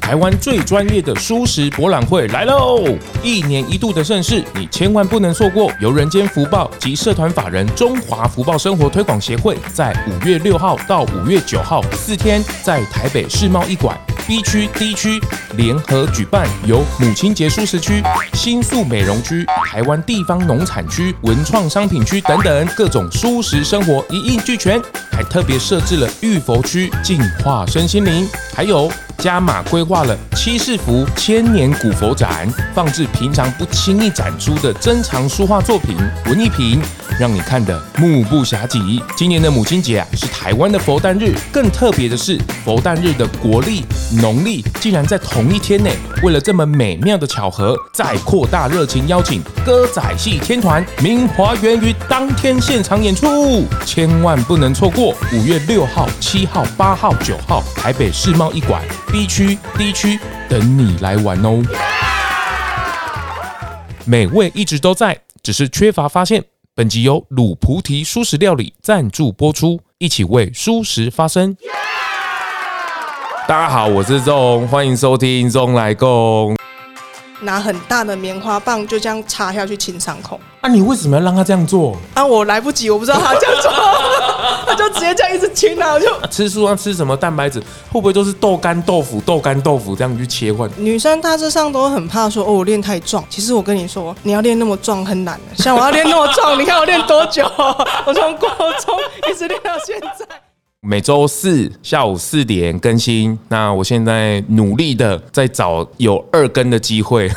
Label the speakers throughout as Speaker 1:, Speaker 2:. Speaker 1: 台湾最专业的舒适博览会来喽！一年一度的盛事，你千万不能错过。由人间福报及社团法人中华福报生活推广协会在五月六号到五月九号四天，在台北世贸一馆 B 区、D 区联合举办由母亲节舒适区、新宿美容区、台湾地方农产区、文创商品区等等各种舒适生活一应俱全，还特别设置了玉佛区净化身心灵，还有。加码规划了七世福千年古佛展，放置平常不轻易展出的珍藏书画作品、文艺品，让你看得目不暇给。今年的母亲节啊，是台湾的佛诞日，更特别的是，佛诞日的国历、农历竟然在同一天内。为了这么美妙的巧合，再扩大热情邀请歌仔戏天团明华源于当天现场演出，千万不能错过。五月六号、七号、八号、九号，台北世贸一馆。B 区、D 区等你来玩哦。美味一直都在，只是缺乏发现。本集由鲁菩提素食料理赞助播出，一起为素食发声。大家好，我是钟，欢迎收听《钟来共》。
Speaker 2: 拿很大的棉花棒就这样插下去清伤口
Speaker 1: 啊，你为什么要让他这样做？
Speaker 2: 啊！我来不及，我不知道他这样做， 他就直接这样一直清啊！我就
Speaker 1: 吃素要吃什么蛋白质？会不会都是豆干豆腐、豆干豆腐这样去切换？
Speaker 2: 女生大致上都很怕说哦，我练太壮。其实我跟你说，你要练那么壮很难的。像我要练那么壮，你看我练多 久？我从国中一直练到现在。
Speaker 1: 每周四下午四点更新。那我现在努力的在找有二更的机会。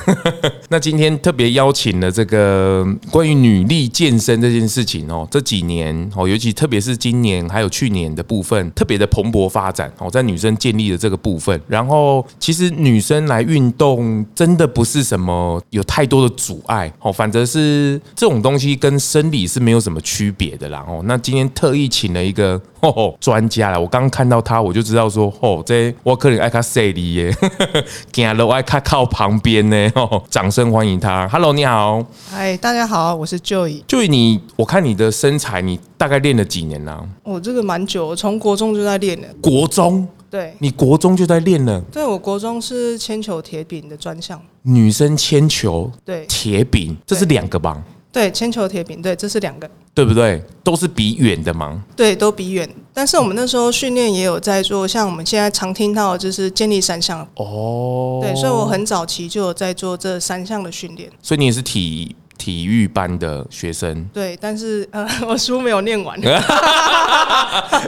Speaker 1: 那今天特别邀请了这个关于女力健身这件事情哦，这几年哦，尤其特别是今年还有去年的部分，特别的蓬勃发展哦，在女生建立的这个部分。然后其实女生来运动真的不是什么有太多的阻碍哦，反正是这种东西跟生理是没有什么区别的啦哦。那今天特意请了一个哦专家啦，我刚看到他我就知道说哦，这我可能爱看谁里耶，行了我爱看靠旁边呢哦，掌声欢迎他。Hello，你好，
Speaker 2: 哎，大家好，我是 Joy。
Speaker 1: 就你我看你的身材，你大概练了几年啦、
Speaker 2: 我、哦这个蛮久，我从国中就在练了。
Speaker 1: 国中，
Speaker 2: 对，
Speaker 1: 你国中就在练了
Speaker 2: 对我国中是铅球铁饼的专项。
Speaker 1: 女生铅球、
Speaker 2: 对
Speaker 1: 铁饼，这是
Speaker 2: 对
Speaker 1: 两个吧？
Speaker 2: 对，铅球铁饼，对，这是两个。
Speaker 1: 对不对？都是比远的嘛。
Speaker 2: 对，都比远。但是我们那时候训练也有在做，像我们现在常听到的就是建立三项，
Speaker 1: 哦，
Speaker 2: 对，所以我很早期就有在做这三项的训练。。
Speaker 1: 所以你也是体体育班的学生
Speaker 2: 对，但是 呃，我书没有念完，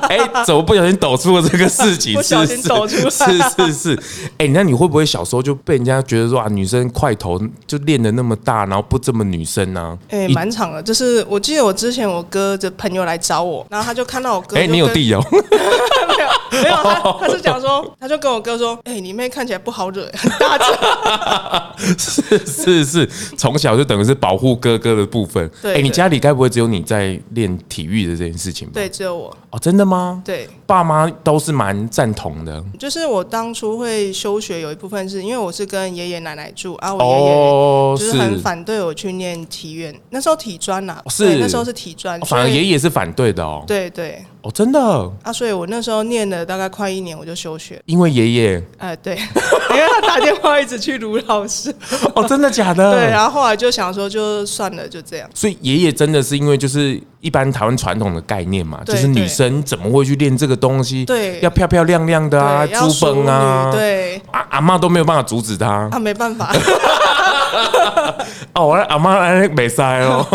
Speaker 1: 哎、怎么不小心抖出了这个事情？
Speaker 2: 不小心抖出来
Speaker 1: 是是是是。哎、那你会不会小时候就被人家觉得说啊，女生块头就练得那么大，然后不这么女生呢、啊？
Speaker 2: 哎、蛮长的。就是我记得我之前我哥的朋友来找我，然后他就看到我哥，
Speaker 1: 哎、
Speaker 2: 就
Speaker 1: 你有
Speaker 2: 跟？
Speaker 1: 弟哦、
Speaker 2: 没有，没有，他 他是讲说，他就跟我哥说，哎、你妹看起来不好惹，很大 只。
Speaker 1: 是是是，从小就等于是保护哥哥的部分。
Speaker 2: 对
Speaker 1: 哎、你
Speaker 2: 对
Speaker 1: 家里该不会只有你在练体育的这件事情吧？
Speaker 2: 对，只有我。
Speaker 1: 哦，真的吗？
Speaker 2: 对，
Speaker 1: 爸妈都是蛮赞同的。
Speaker 2: 就是我当初会休学，有一部分是因为我是跟爷爷奶奶住啊，我爷爷。
Speaker 1: 哦，
Speaker 2: 就是很反对我去念体院，那时候体专啦，
Speaker 1: 哦是
Speaker 2: 对那时候是体专，
Speaker 1: 哦反而
Speaker 2: 所以
Speaker 1: 爷爷是反对的哦。
Speaker 2: 对对
Speaker 1: 哦，真的，
Speaker 2: 啊，所以我那时候念了大概快一年，我就休学，
Speaker 1: 因为爷 爷
Speaker 2: 哎、对，因为他打电话一直去卢老师，
Speaker 1: 哦，真的假的？
Speaker 2: 对，啊然后后来就想说就算了，就这样，
Speaker 1: 所以爷爷真的是因为就是一般台湾传统的概念嘛，就
Speaker 2: 对
Speaker 1: 是女生怎么会去练这个东西？
Speaker 2: 对
Speaker 1: 要漂漂亮亮的啊，
Speaker 2: 对，要
Speaker 1: 猪
Speaker 2: 淑
Speaker 1: 崩
Speaker 2: 女，
Speaker 1: 啊，，
Speaker 2: 对，
Speaker 1: 阿阿妈都没有办法阻止他。
Speaker 2: 啊，没办法，
Speaker 1: 哦，我的阿妈来没塞 哦，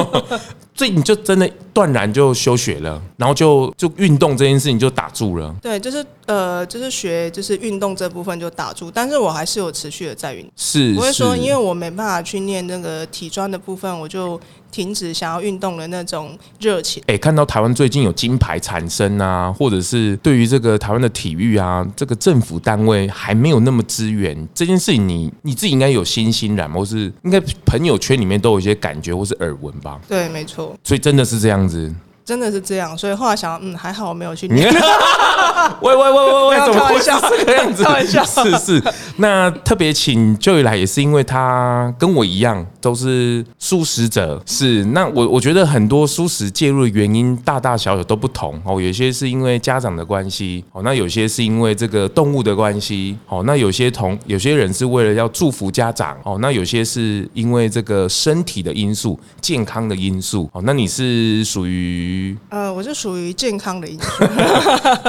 Speaker 1: 所以你就真的断然就休学了，然后就就运动这件事情就打住了。
Speaker 2: 对，就是呃，就是学就是运动这部分就打住，但是我还是有持续的在运动。
Speaker 1: 是，
Speaker 2: 我会说，
Speaker 1: 是
Speaker 2: 因为我没办法去念那个体专的部分，我就停止想要运动的那种热情。
Speaker 1: 哎、看到台湾最近有金牌产生啊，或者是对于这个台湾的体育啊，这个政府单位还没有那么支援这件事情你，你自己应该有心欣然，或是应该朋友圈里面都有一些感觉或是耳闻吧。
Speaker 2: 对，没错。
Speaker 1: 所以真的是这样子，
Speaker 2: 真的是这样。所以后来想，嗯，还好我没有去
Speaker 1: 你
Speaker 2: 念。
Speaker 1: 喂喂喂喂
Speaker 2: 没
Speaker 1: 喂，
Speaker 2: 有
Speaker 1: 怎么
Speaker 2: 开
Speaker 1: 会
Speaker 2: 玩
Speaker 1: 是
Speaker 2: 笑
Speaker 1: 这个样子？
Speaker 2: 开玩笑
Speaker 1: 是是。那特别请 Joy 来，也是因为他跟我一样都是素食者。是，那我我觉得很多素食介入的原因大大小小都不同哦。有些是因为家长的关系，哦，那有些是因为这个动物的关系，哦，那有些同有些人是为了要祝福家长，哦，那有些是因为这个身体的因素、健康的因素，哦，那你是属于
Speaker 2: 呃，我是属于健康的因素，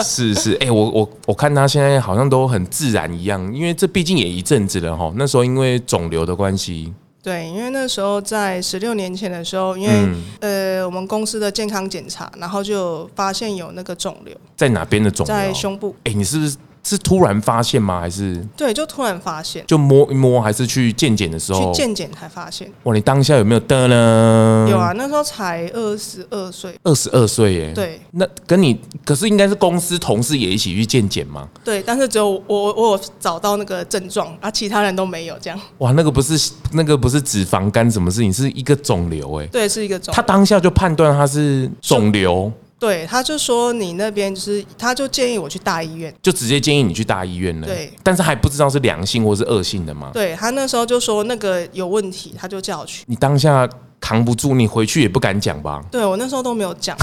Speaker 1: 是是，哎、我我我看他现在好像都很自然一样，因为这毕竟也一阵子了哈。那时候因为肿瘤的关系，
Speaker 2: 对，因为那时候在十六年前的时候，因为、
Speaker 1: 嗯
Speaker 2: 呃我们公司的健康检查，然后就发现有那个肿瘤
Speaker 1: 在哪边的肿瘤？
Speaker 2: 在胸部，
Speaker 1: 哎、你是不是是突然发现吗？还是
Speaker 2: 对，就突然发现，
Speaker 1: 就摸一摸？还是去健检的时
Speaker 2: 去
Speaker 1: 候？
Speaker 2: 健检才发现，
Speaker 1: 哇，你当下有没有的呢？
Speaker 2: 有啊，那时候才二十二岁，
Speaker 1: 22，二十二岁耶。。
Speaker 2: 对
Speaker 1: 那跟你可是应该是公司同事也一起去健检吗？
Speaker 2: 对，但是只有我我我有找到那个症状，啊，其他人都没有这样，
Speaker 1: 哇，那个不是那个不是脂肪肝什么事情，是一个肿瘤哎。
Speaker 2: 对，是一个肿
Speaker 1: 他，当下就判断他是肿瘤，
Speaker 2: 对，他就说你那边就是，他就建议我去大医院，
Speaker 1: 就直接建议你去大医院了。
Speaker 2: 对，
Speaker 1: 但是还不知道是良性或是恶性的嘛。
Speaker 2: 对他那时候就说那个有问题，他就叫我去，
Speaker 1: 你当下扛不住，你回去也不敢讲吧？
Speaker 2: 对我那时候都没有 讲，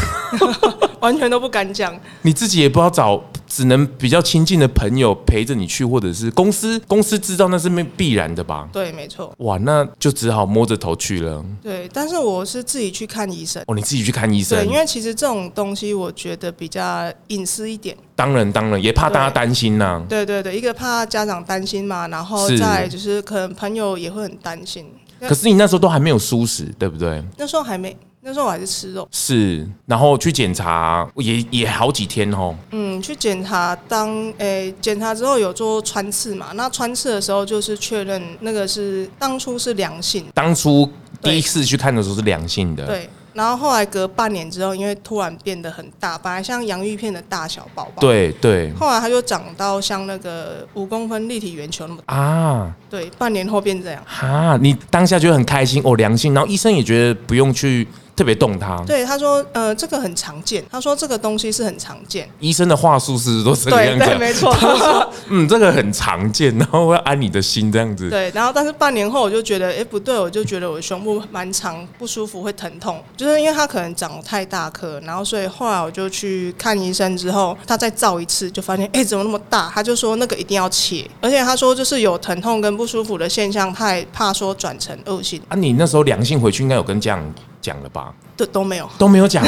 Speaker 2: 完全都不敢讲，
Speaker 1: 你自己也不知道找，只能比较亲近的朋友陪着你去，或者是公司公司知道那是必然的吧？
Speaker 2: 对，没错，
Speaker 1: 哇，那就只好摸着头去了。
Speaker 2: 对，但是我是自己去看医生。
Speaker 1: 哦，你自己去看医生
Speaker 2: 对，因，为其实这种东西我觉得比较隐私一点。
Speaker 1: 当然当然也怕大家
Speaker 2: 对
Speaker 1: 担心呐、
Speaker 2: 对对对，一个怕家长担心嘛，然后
Speaker 1: 是
Speaker 2: 再来就是可能朋友也会很担心。那
Speaker 1: 可是你那时候都还没有舒适，对不对？
Speaker 2: 那时候还没，那时候我还是吃肉。
Speaker 1: 是，然后去检查也也好几天哦。
Speaker 2: 嗯，去检查当诶检查之后有做穿刺嘛，那穿刺的时候就是确认那个是当初是良性，
Speaker 1: 当初
Speaker 2: 对
Speaker 1: 第一次去看的时候是良性的，
Speaker 2: 对。然后后来隔半年之后，因为突然变得很大，本来像洋芋片的大小宝宝，。
Speaker 1: 对对
Speaker 2: 后来它就长到像那个五公分立体圆球那么大，
Speaker 1: 啊，
Speaker 2: 对，半年后变这样。
Speaker 1: 哈，你当下觉得很开心哦，良心，然后医生也觉得不用去特别动它。
Speaker 2: 对，他说，呃，这个很常见。他说这个东西是很常见。
Speaker 1: 医生的话术是不是都是这个
Speaker 2: 对
Speaker 1: 样子
Speaker 2: 对，
Speaker 1: 啊？
Speaker 2: 没错。
Speaker 1: 嗯，这个很常见，然后会安你的心这样子。
Speaker 2: 对，然后但是半年后我就觉得，哎、不对，我就觉得我胸部蛮长，不舒服，会疼痛，就是因为它可能长太大颗，然后所以后来我就去看医生，之后他再照一次，就发现，哎、怎么那么大？他就说那个一定要切，而且他说就是有疼痛跟不舒服的现象，他也怕说转成恶性，
Speaker 1: 啊，你那时候良性回去应该有跟家长讲了吧？
Speaker 2: 都都没有。
Speaker 1: 都没有 讲，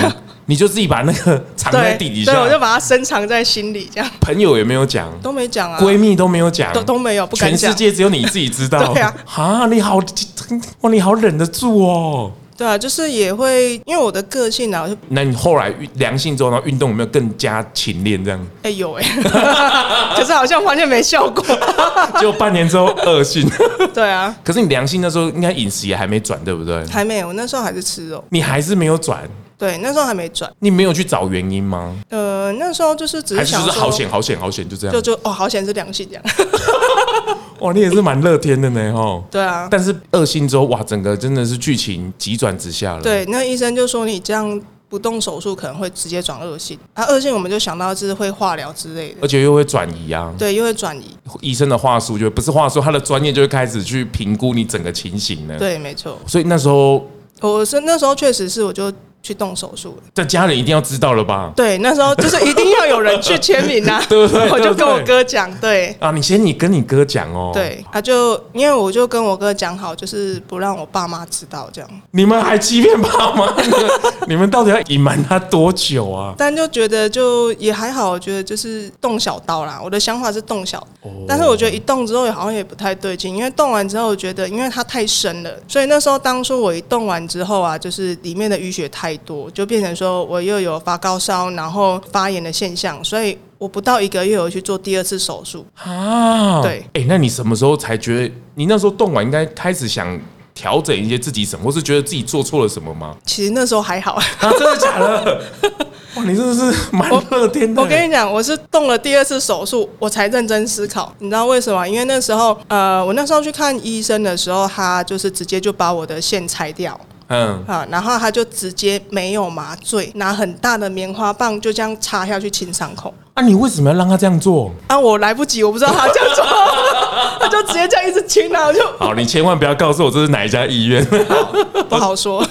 Speaker 1: 你就自己把那个藏在
Speaker 2: 对，
Speaker 1: 地底
Speaker 2: 对，
Speaker 1: 下
Speaker 2: 我。就把它深藏在心里，这样
Speaker 1: 朋友也没有讲，
Speaker 2: 都没讲啊，
Speaker 1: 闺蜜都没有讲，
Speaker 2: 都都没有，不敢
Speaker 1: 全
Speaker 2: 讲
Speaker 1: 世。界只有你自己知道。
Speaker 2: 对啊，
Speaker 1: 你好，哇，你好忍得住哦。
Speaker 2: 对啊，就是也会因为我的个性啊，我就
Speaker 1: 那你后来良性之后，然后运动有没有更加勤练 这样？
Speaker 2: 哎、有哎、可是好像发现没效果。
Speaker 1: 结果半年之后恶性。
Speaker 2: 对啊，
Speaker 1: 可是你良性那时候应该饮食也还没转，对不对？
Speaker 2: 还没有，那时候还是吃肉。
Speaker 1: 你还是没有转，
Speaker 2: 对，那时候还没转。
Speaker 1: 你没有去找原因吗？
Speaker 2: 呃，那时候就是只
Speaker 1: 还是
Speaker 2: 是
Speaker 1: 就
Speaker 2: 想
Speaker 1: 是
Speaker 2: 说，
Speaker 1: 好险好险好险就这
Speaker 2: 就
Speaker 1: 样？
Speaker 2: 就哦，好险是良性这样。
Speaker 1: 哇，你也是蛮乐天的呢吼。
Speaker 2: 对啊，
Speaker 1: 但是恶性之后，哇，整个真的是剧情急转直下了。，
Speaker 2: 对，那医生就说你这样不动手术可能会直接转恶性，啊，恶性我们就想到是会化疗之类的，
Speaker 1: 而且又会转移啊。
Speaker 2: 对，又会转移。
Speaker 1: 医生的话术就不是话术，他的专业就会开始去评估你整个情形呢。，
Speaker 2: 对，没错，
Speaker 1: 所以那时候
Speaker 2: 我是那时候确实是我就去动手术了。
Speaker 1: 这家人一定要知道了吧？
Speaker 2: 对，那时候就是一定要有人去签名啊，
Speaker 1: 对不对
Speaker 2: 我就跟
Speaker 1: 对不
Speaker 2: 我
Speaker 1: 对
Speaker 2: 哥讲，对。
Speaker 1: 啊，你先你跟你哥讲哦。，
Speaker 2: 对，他就因为我就跟我哥讲好，就是不让我爸妈知道这样，
Speaker 1: 你们还欺骗爸妈？你们 你们到底要隐瞒他多久啊？
Speaker 2: 但就觉得就也还好，我觉得就是动小刀啦。我的想法是动小，但是我觉得一动之后好像也不太对劲，因为动完之后，我觉得因为它太深了，所以那时候当初我一动完之后啊，就是里面的淤血太多，就变成说我又有发高烧，然后发炎的现象，所以我不到一个月我去做第二次手术，
Speaker 1: 啊，
Speaker 2: 对
Speaker 1: 哎、那你什么时候才觉得你那时候动完应该开始想调整一些自己什么，或是觉得自己做错了什么吗？
Speaker 2: 其实那时候还好。
Speaker 1: 啊，真的假的？ 哇，你真的是蛮乐天的。
Speaker 2: 我跟你讲，我是动了第二次手术，我才认真思考。你知道为什么？因为那时候，呃，我那时候去看医生的时候，他就是直接就把我的线拆掉，
Speaker 1: 嗯，
Speaker 2: 啊，然后他就直接没有麻醉，拿很大的棉花棒就这样插下去清伤口。
Speaker 1: 啊，你为什么要让他这样做？
Speaker 2: 啊，我来不及，我不知道他这样做， 他就直接这样一直亲啊，我就
Speaker 1: 好，你千万不要告诉我这是哪一家医院。
Speaker 2: 不好说，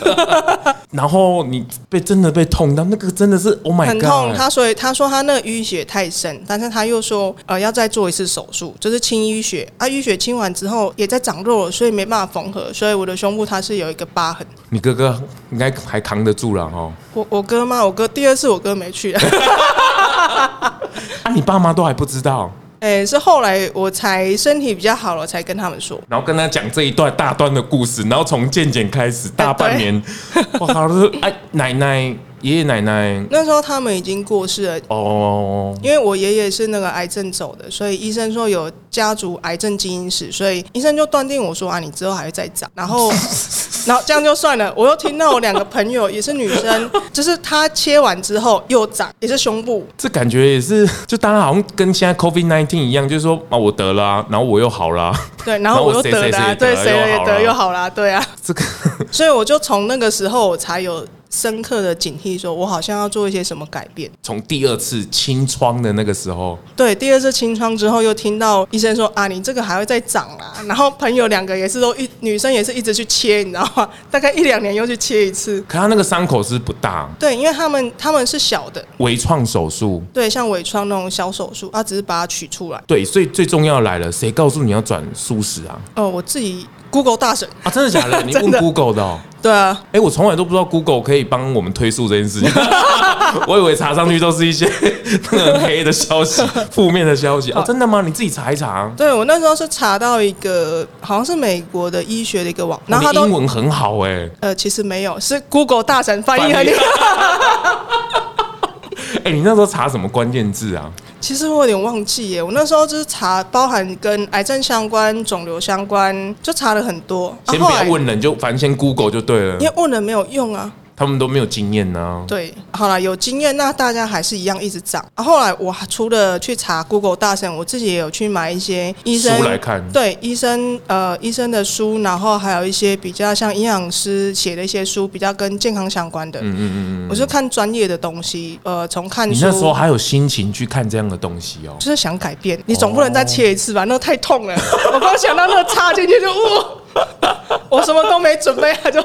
Speaker 1: 然后你被真的被痛到，那个真的是 Oh my
Speaker 2: 很
Speaker 1: God！
Speaker 2: 痛。他所以他说他那个淤血太深，但是他又说呃要再做一次手术，就是清淤血啊，淤血清完之后也在长肉了，所以没办法缝合，所以我的胸部它是有一个疤痕。
Speaker 1: 你哥哥应该还扛得住了哈。
Speaker 2: 我我哥嘛，我哥第二次我哥没去，
Speaker 1: 啊，你爸妈都还不知道，
Speaker 2: 哎、是后来我才身体比较好了才跟他们说。
Speaker 1: 然后跟他讲这一段大段的故事，然后从健健开
Speaker 2: 啊
Speaker 1: 始大半年，哇，好是哎奶奶爷爷奶奶
Speaker 2: 那时候他们已经过世了，
Speaker 1: 哦，
Speaker 2: 因为我爷爷是那个癌症走的，所以医生说有家族癌症基因史，所以医生就断定我说啊，你之后还会再长。然 后，然后这样就算了。我又听到我两个朋友也是女生，就是她切完之后又长，也是胸部，
Speaker 1: 这感觉也是，就大家好像跟现在 COVID nineteen 一样，就是说啊我得了啊、然后我又好了啊、
Speaker 2: 对，然后我又得啦、对，谁也得又好啦，对啊。
Speaker 1: 这个
Speaker 2: 所以我就从那个时候我才有深刻的警惕，说我好像要做一些什么改变。
Speaker 1: 从第二次清创的那个时候，
Speaker 2: 对，第二次清创之后，又听到医生说啊，你这个还会再长啦。然后朋友两个也是都一女生也是一直去切，你知道吗？ 大概一两年又去切一 次。
Speaker 1: 可他那个伤口是不大，
Speaker 2: 对，因为他们他们是小的，
Speaker 1: 微创手术。
Speaker 2: 对，像伪创那种小手术，啊，只是把它取出来。
Speaker 1: 对，所以最重要的来了，谁告诉你要转素食啊？
Speaker 2: 哦，我自己 Google 大神，
Speaker 1: 啊，真的假的？你问
Speaker 2: 真的
Speaker 1: Google 的、哦？
Speaker 2: 对啊，
Speaker 1: 哎、我从来都不知道 Google 可以帮我们推速这件事情， 我以为查上去都是一些 很黑的消息、负面的消息。哦，真的吗？你自己查一查啊。
Speaker 2: 对我那时候是查到一个好像是美国的医学的一个网，然后他
Speaker 1: 你英
Speaker 2: 都
Speaker 1: 文很好哎、
Speaker 2: 呃其实没有，是 Google 大神翻译很厉害。
Speaker 1: 哎、你那时候查什么关键字啊？
Speaker 2: 其实我有点忘记耶，我那时候就是查，包含跟癌症相关、肿瘤相关，就查了很多。啊
Speaker 1: 先不
Speaker 2: 后
Speaker 1: 要
Speaker 2: 来
Speaker 1: 问了，你就反正先 Google 就对了
Speaker 2: 因。为问了没有用啊。
Speaker 1: 他们都没有经验呢、啊
Speaker 2: 对，好了，有经验，那大家还是一样一直涨。啊、后来我除了去查 Google 大神，我自己也有去买一些医生
Speaker 1: 书来看
Speaker 2: 对医生呃医生的书，然后还有一些比较像营养师写的一些书，比较跟健康相关的。嗯嗯嗯我是看专业的东西，呃，从看
Speaker 1: 你
Speaker 2: 书
Speaker 1: 那时候还有心情去看这样的东西哦、
Speaker 2: 就是想改变，你总不能再切一次吧？那个太痛了， 我光想到那个插进去就呜， 我什么都没准备，他就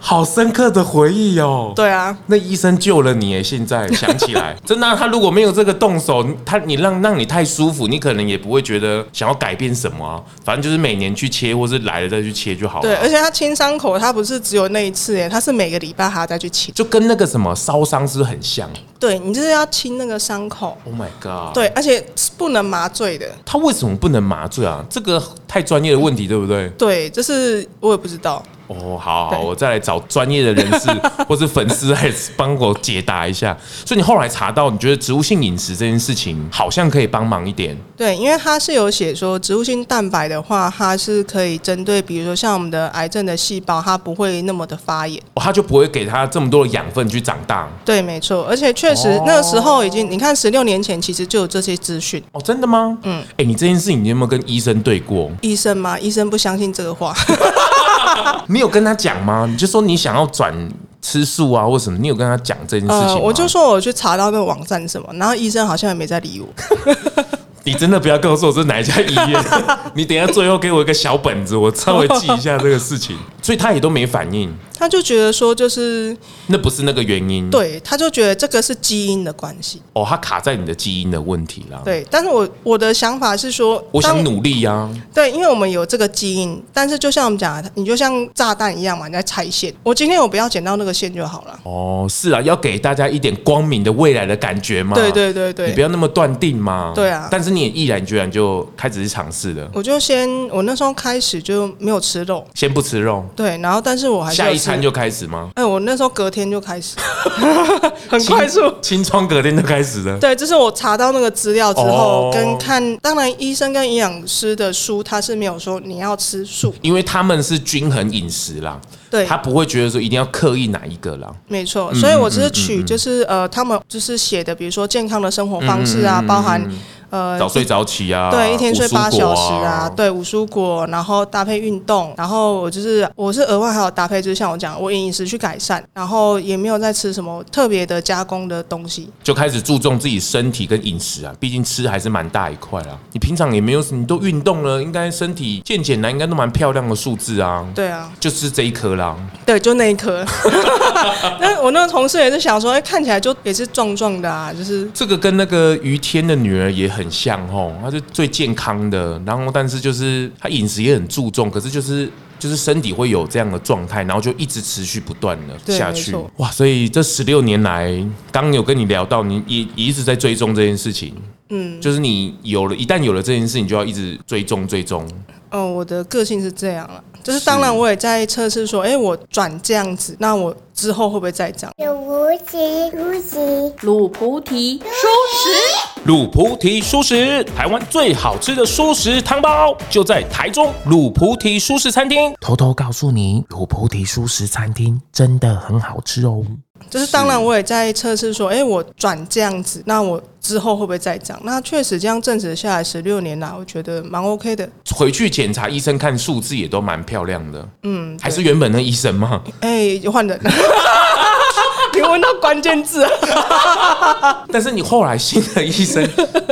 Speaker 1: 好深刻的回忆哦、
Speaker 2: 对啊，
Speaker 1: 那医生救了你耶！现在想起 来，真的啊、他如果没有这个动手，他你让让你太舒服，你可能也不会觉得想要改变什么啊。反正就是每年去切，或是来了再去切就好了。啊
Speaker 2: 对，而且他清伤口，他不是只有那一次耶，他是每个礼拜还要再去清。
Speaker 1: 就跟那个什么烧伤是很像。
Speaker 2: 对你就是要清那个伤口，
Speaker 1: Oh my god！，
Speaker 2: 对，而且是不能麻醉的。
Speaker 1: 他为什么不能麻醉啊？这个太专业的问题，对不对？
Speaker 2: 对，就是我也不知道。
Speaker 1: 哦，好好，
Speaker 2: 对
Speaker 1: 我再来找专业的人 士或是粉丝来帮我解答一下。所以你后来查到，你觉得植物性饮食这件事情好像可以帮忙一点。
Speaker 2: 对，因为它是有写说，植物性蛋白的话，它是可以针对，比如说像我们的癌症的细胞，它不会那么的发炎。
Speaker 1: 哦，他就不会给他这么多的养分去长大
Speaker 2: 对，没错，而且确实
Speaker 1: 哦
Speaker 2: 那个时候已经，你看十六年前其实就有这些资讯。
Speaker 1: 哦，真的吗？嗯，哎、你这件事情你有没有跟医生对过？
Speaker 2: 医生嘛，医生不相信这个话，
Speaker 1: 你有跟他讲吗？你就说你想要转吃素啊，或什么？你有跟他讲这件事情吗？
Speaker 2: 呃我就说我去查到那个网站什么，然后医生好像也没再理我。
Speaker 1: 你真的不要告诉我这是哪一家医 院，你等一下最后给我一个小本子，我稍微记一下这个事情。所以他也都没反应，
Speaker 2: 他就觉得说，就是
Speaker 1: 那不是那个原因。，
Speaker 2: 对，他就觉得这个是基因的关系。
Speaker 1: 哦，他卡在你的基因的问题啦。，
Speaker 2: 对，但是我我的想法是说，
Speaker 1: 哦我想
Speaker 2: 当
Speaker 1: 努力啊呀、
Speaker 2: 对，因为我们有这个基因，但是就像我们讲的，你就像炸弹一样嘛，你在拆线。我今天我不要捡到那个线就好了。
Speaker 1: 哦，是啊，要给大家一点光明的未来的感觉嘛。
Speaker 2: 对对对
Speaker 1: 你不
Speaker 2: 对，
Speaker 1: 要那么断定嘛。
Speaker 2: 对啊
Speaker 1: 但是你也毅然决然就开始去尝试了，
Speaker 2: 我就先我那时候开始就没有吃肉，
Speaker 1: 先不吃肉，
Speaker 2: 对，然后但是我还是
Speaker 1: 下
Speaker 2: 要
Speaker 1: 一
Speaker 2: 吃
Speaker 1: 餐就开始吗？
Speaker 2: 哎、我那时候隔天就 开始，很快速。
Speaker 1: 清 创隔天就开始了。
Speaker 2: 对，这是我查到那个资料之后，
Speaker 1: 哦
Speaker 2: 跟看，当然医生跟营养师的书，他是没有说你要吃素，
Speaker 1: 因为他们是均衡饮食啦，嗯
Speaker 2: 对
Speaker 1: 他，不嗯会觉得说一定要刻意哪一个啦。
Speaker 2: 没错。
Speaker 1: 嗯
Speaker 2: 所以我只是取就是呃，他们就是写的，比如说健康的生活方式啊，包含。呃
Speaker 1: 早睡早起啊，
Speaker 2: 对，一天睡
Speaker 1: 五蔬果
Speaker 2: 八小时啊
Speaker 1: 啊，，
Speaker 2: 对，五蔬果，然后搭配运动，然后我就是我是额外还有搭配，就是像我讲，我饮食去改善，然后也没有再吃什么特别的加工的东西。
Speaker 1: 就开始注重自己身体跟饮食啊，毕竟吃还是蛮大一块啦。你平常也没有，你都运动了，应该身体健检啊男应该都蛮漂亮的数字啊。
Speaker 2: 对啊，
Speaker 1: 就是这一颗啦，
Speaker 2: 对，就那一颗。 那我那个同事也是想说，哎、看起来就也是壮壮的啊，就是
Speaker 1: 这个跟那个于天的女儿也很像哦，她是最健康的，然后但是就是她饮食也很注重，可是就是就是身体会有这样的状态，然后就一直持续不断的
Speaker 2: 对
Speaker 1: 下
Speaker 2: 没
Speaker 1: 去
Speaker 2: 错。
Speaker 1: 哇，所以这十六年来，刚有跟你聊到，你也也一直在追踪这件事情，嗯，就是你有了一旦有了这件事，你就要一直追踪追踪。
Speaker 2: 哦，我的个性是这样了，就是当然我也在测试说，哎、我转这样子，那我之后会不会再这样？
Speaker 3: 有无极，无极。
Speaker 4: 鲁菩提蔬食。
Speaker 1: 鲁菩提素食，台湾最好吃的素食汤包，就在台中鲁菩提素食餐厅。
Speaker 5: 偷偷告诉你，有菩提素食餐厅真的很好吃哦。
Speaker 2: 就是当然我也在测试说，哎、我转这样子，那我之后会不会再这样？那确实这样证实下来十六年啦、我觉得蛮 OK 的。
Speaker 1: 回去检查医生看数字也都蛮漂亮的，
Speaker 2: 嗯，
Speaker 1: 还是原本那医生吗？
Speaker 2: 哎，换人。 你问到关键字了，
Speaker 1: 但是你后来新的医 生，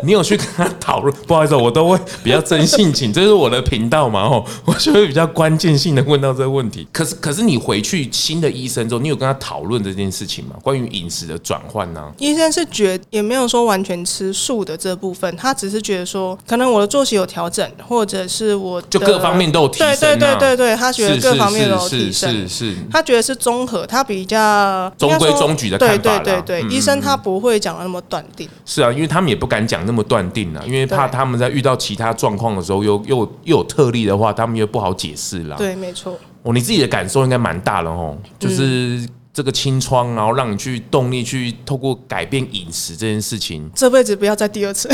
Speaker 1: 你有去跟他讨论？不好意思，我都会比较真性情，这是我的频道嘛，吼，我就会比较关键性的问到这个问题。可是，可是你回去新的医生之后，你有跟他讨论这件事情吗？关于饮食的转换啊呢？
Speaker 2: 医生是觉也没有说完全吃素的这部分，他只是觉得说，可能我的作息有调整，或者是我的
Speaker 1: 就各方面都有提升啊
Speaker 2: 对对对对对，他觉
Speaker 1: 是
Speaker 2: 得各方面都有
Speaker 1: 是
Speaker 2: 提升。
Speaker 1: 是是是，
Speaker 2: 他觉得是综合，他比较
Speaker 1: 中规
Speaker 2: 应该说
Speaker 1: 中矩的看法啦
Speaker 2: 对对对对，
Speaker 1: 嗯
Speaker 2: 医生他不会讲得那么断定。
Speaker 1: 是啊，因为他们也不敢讲那么断定啊，因为怕
Speaker 2: 对
Speaker 1: 他们在遇到其他状况的时候，又又又有特例的话，他们又不好解释啦。
Speaker 2: 对，嗯没错。
Speaker 1: 哦，你自己的感受应该蛮大的哦，就是这个清创，然后让你去动力去透过改变饮食这件事情，
Speaker 2: 这辈子不要再第二次。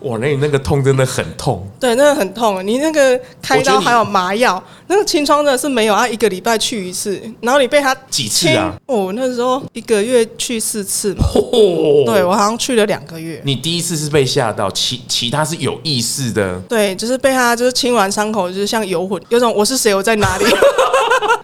Speaker 1: 哇，那你那个痛真的很痛，
Speaker 2: 对，那个很痛，你那个开
Speaker 1: 我觉得
Speaker 2: 刀
Speaker 1: 你
Speaker 2: 还有麻药，那个清创真的是没有啊，一个礼拜去一次，然后你被他
Speaker 1: 几次啊
Speaker 2: 清？我、那时候一个月去四次嘛，
Speaker 1: 哦，
Speaker 2: 对我好像去了两个月。
Speaker 1: 你第一次是被吓到，其其他是有意识的，
Speaker 2: 对，就是被他就是清完伤口，就是像游魂，有种我是谁，我在哪 里。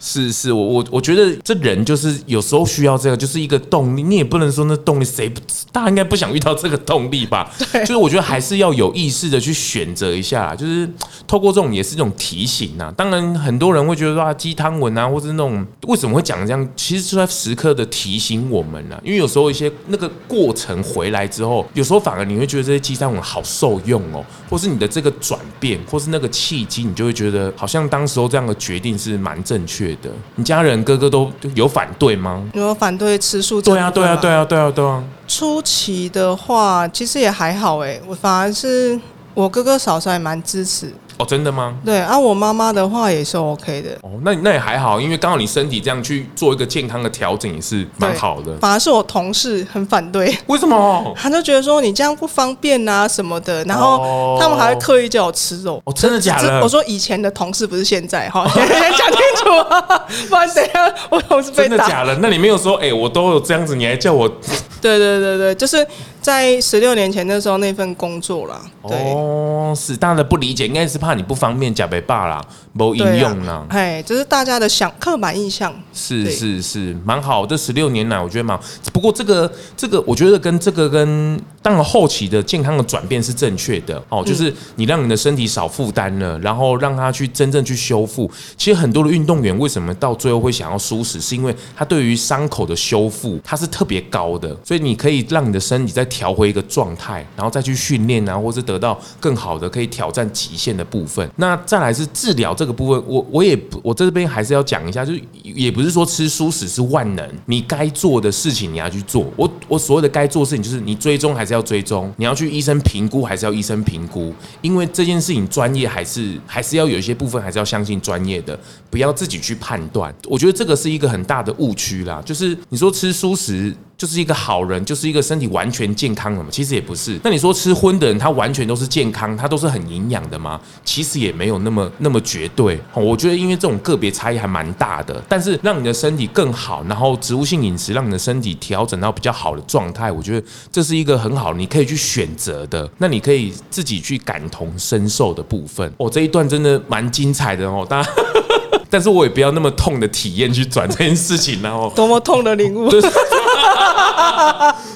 Speaker 1: 是是，我我我觉得这人就是有时候需要这个，就是一个动力。你也不能说那动力谁不，大家应该不想遇到这个动力吧？对，就是我觉得还是要有意识的去选择一下，就是透过这种也是一种提醒呐、啊当然，很多人会觉得说啊，鸡汤文啊，或是那种为什么会讲这样，其实是在时刻的提醒我们啊。因为有时候一些那个过程回来之后，有时候反而你会觉得这些鸡汤文好受用哦，或是你的这个转变，哦或是那个契机，你就会觉得好像当时候这样的决定是蛮正确的。你家人哥哥都有反对吗？
Speaker 2: 你有反对吃素这
Speaker 1: 对
Speaker 2: 部分
Speaker 1: 啊，
Speaker 2: 吗？
Speaker 1: 对啊，对啊，对啊，对啊。
Speaker 2: 初期的话，其实也还好哎，我反而是我哥哥嫂嫂也蛮支持。
Speaker 1: 哦，真的吗？
Speaker 2: 对啊，我妈妈的话也是 OK 的。
Speaker 1: 哦，那那也还好，因为刚好你身体这样去做一个健康的调整也是蛮
Speaker 2: 对
Speaker 1: 好的。
Speaker 2: 反而是我同事很反对，
Speaker 1: 为什么？
Speaker 2: 他就觉得说你这样不方便啊什么的，然后他们还会刻意叫我吃肉。
Speaker 1: 哦，真的假
Speaker 2: 这
Speaker 1: 的？
Speaker 2: 我说以前的同事不是现在哈，先讲清楚 啊，不然等一下我同事被
Speaker 1: 真的
Speaker 2: 打。
Speaker 1: 假的？那你没有说，哎、我都有这样子，你还叫我？
Speaker 2: 对对对对，就是在十六年前那时候那份工作啦，对。
Speaker 1: 哦，是，大家不理解，应该是怕你不方便讲北霸啦，没应
Speaker 2: 对
Speaker 1: 用啦
Speaker 2: 啊。，哎，就是大家的想刻板印象，
Speaker 1: 是
Speaker 2: 对
Speaker 1: 是是，蛮好。这十六年来，我觉得蛮好。不过这个这个，我觉得跟这个跟当然后期的健康的转变是正确的哦，就是你让你的身体少负担了，然后让它去真正去修复。其实很多的运动员为什么到最后会想要舒适，是因为他对于伤口的修复它是特别高的，所以你可以让你的身体再调回一个状态，然后再去训练啊，或是得到更好的可以挑战极限的部分。那再来是治疗这个部分，我我也不我这边还是要讲一下，就是也不是说吃素食是万能，你该做的事情你要去做。我我所谓的该做的事情就是你追踪还是要追踪，你要去医生评估还是要医生评估，因为这件事情专业还是还是要有一些部分还是要相信专业的，不要自己去判断。我觉得这个是一个很大的误区啦，就是你说吃素食。就是一个好人，就是一个身体完全健康的嘛？其实也不是。那你说吃荤的人，他完全都是健康，他都是很营养的吗？其实也没有那么那么绝对。哦我觉得因为这种个别差异还蛮大的，但是让你的身体更好，然后植物性饮食让你的身体调整到比较好的状态，我觉得这是一个很好，你可以去选择的。那你可以自己去感同身受的部分。哦，这一段真的蛮精彩的哦，大家。 但是我也不要那么痛的体验去转这件事情、啊哦然后
Speaker 2: 多么痛的领悟！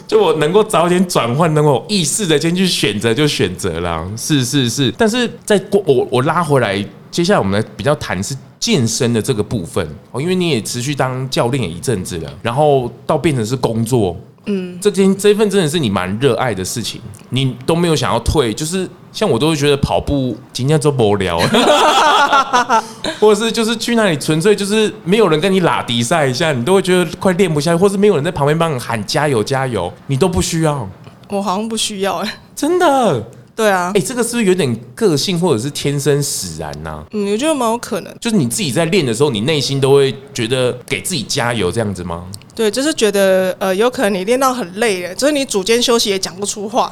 Speaker 1: 就我能够早点转换，能够有意识的先去选择就选择啦。是是是，但是在过我我拉回来，接下来我们来比较谈是健身的这个部分哦，因为你也持续当教练也一阵子了，然后到变成是工作，嗯，这件这份真的是你蛮热爱的事情，你都没有想要退，就是像我都会觉得跑步今天做无聊。啊 或者是就是去那里纯粹就是没有人跟你拉迪赛一下，你都会觉得快练不下去，或是没有人在旁边帮你喊加油加油，你都不需要，
Speaker 2: 我好像不需要哎。
Speaker 1: 真的。
Speaker 2: 对啊
Speaker 1: 哎、，这个是不是有点个性或者是天生使然呐、
Speaker 2: 嗯，我觉得蛮有可能。
Speaker 1: 就是你自己在练的时候，你内心都会觉得给自己加油这样子吗？
Speaker 2: 对，就是觉得呃，有可能你练到很累了，就是你组间休息也讲不出 话，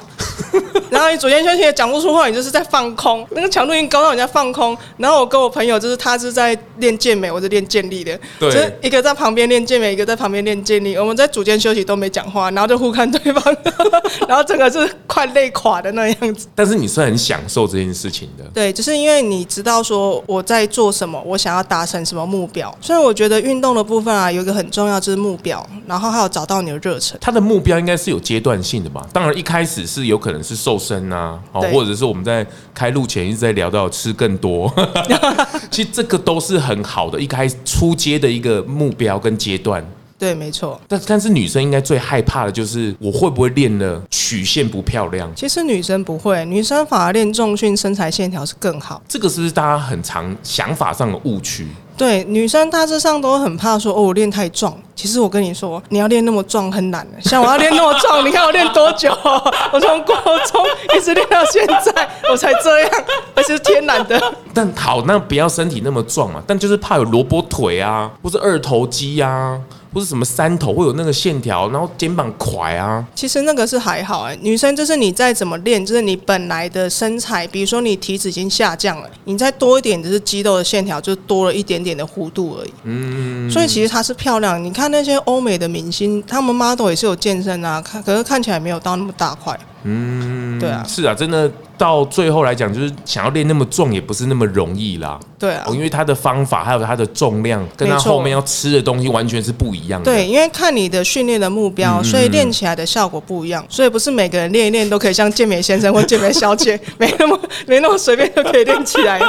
Speaker 2: 然后你组间休息也讲不出话，你就是在放空，那个强度已经高到你在放空。然后我跟我朋友就是他是在练健美，我是练健力的，
Speaker 1: 对
Speaker 2: 就是一个在旁边练健美，一个在旁边练健力，我们在组间休息都没讲话，然后就互看对方， 然后整个是快累垮的那样子。
Speaker 1: 但是你是很享受这件事情的，
Speaker 2: 对，就是因为你知道说我在做什么，我想要达成什么目标，所以我觉得运动的部分啊，有一个很重要就是目标，然后还有找到你的热忱。
Speaker 1: 他的目标应该是有阶段性的吧？当然，一开始是有可能是瘦身啊，哦，
Speaker 2: 对
Speaker 1: 或者是我们在开录前一直在聊到吃更多， 其实这个都是很好的一开始出街的一个目标跟阶段。
Speaker 2: 对，没错。
Speaker 1: 但但是女生应该最害怕的就是我会不会练了曲线不漂亮，
Speaker 2: 其实女生不会，女生反而练重训，身材线条是更好。
Speaker 1: 这个是不是大家很常想法上的误区？
Speaker 2: 对，女生大致上都很怕说哦，我练太壮。其实我跟你说，你要练那么壮很难的。像我要练那么壮，你看我练多久？我从国中一直练到现在，我才这样，而且是天然的。
Speaker 1: 但好，那不要身体那么壮嘛，但就是怕有萝卜腿啊，或是二头肌啊，或是什么三头会有那个线条，然后肩膀垮啊。
Speaker 2: 其实那个是还好哎、女生就是你再怎么练，就是你本来的身材，比如说你体脂已经下降了，你再多一点，只是肌肉的线条就多了一点点的弧度而已。嗯，所以其实它是漂亮。你看那些欧美的明星，他们 model 也是有健身啊，看可是看起来没有到那么大块。嗯，对啊，
Speaker 1: 是啊，真的到最后来讲，就是想要练那么壮也不是那么容易啦。
Speaker 2: 对啊
Speaker 1: 哦，。因为它的方法还有它的重量，跟它
Speaker 2: 没错
Speaker 1: 后面要吃的东西完全是不一样的。
Speaker 2: 对，因为看你的训练的目
Speaker 1: 嗯
Speaker 2: 标，所以练起来的效果不一样，所以不是每个人练一练都可以像健美先生或健美 小姐，没那么没那么随便就可以练起来。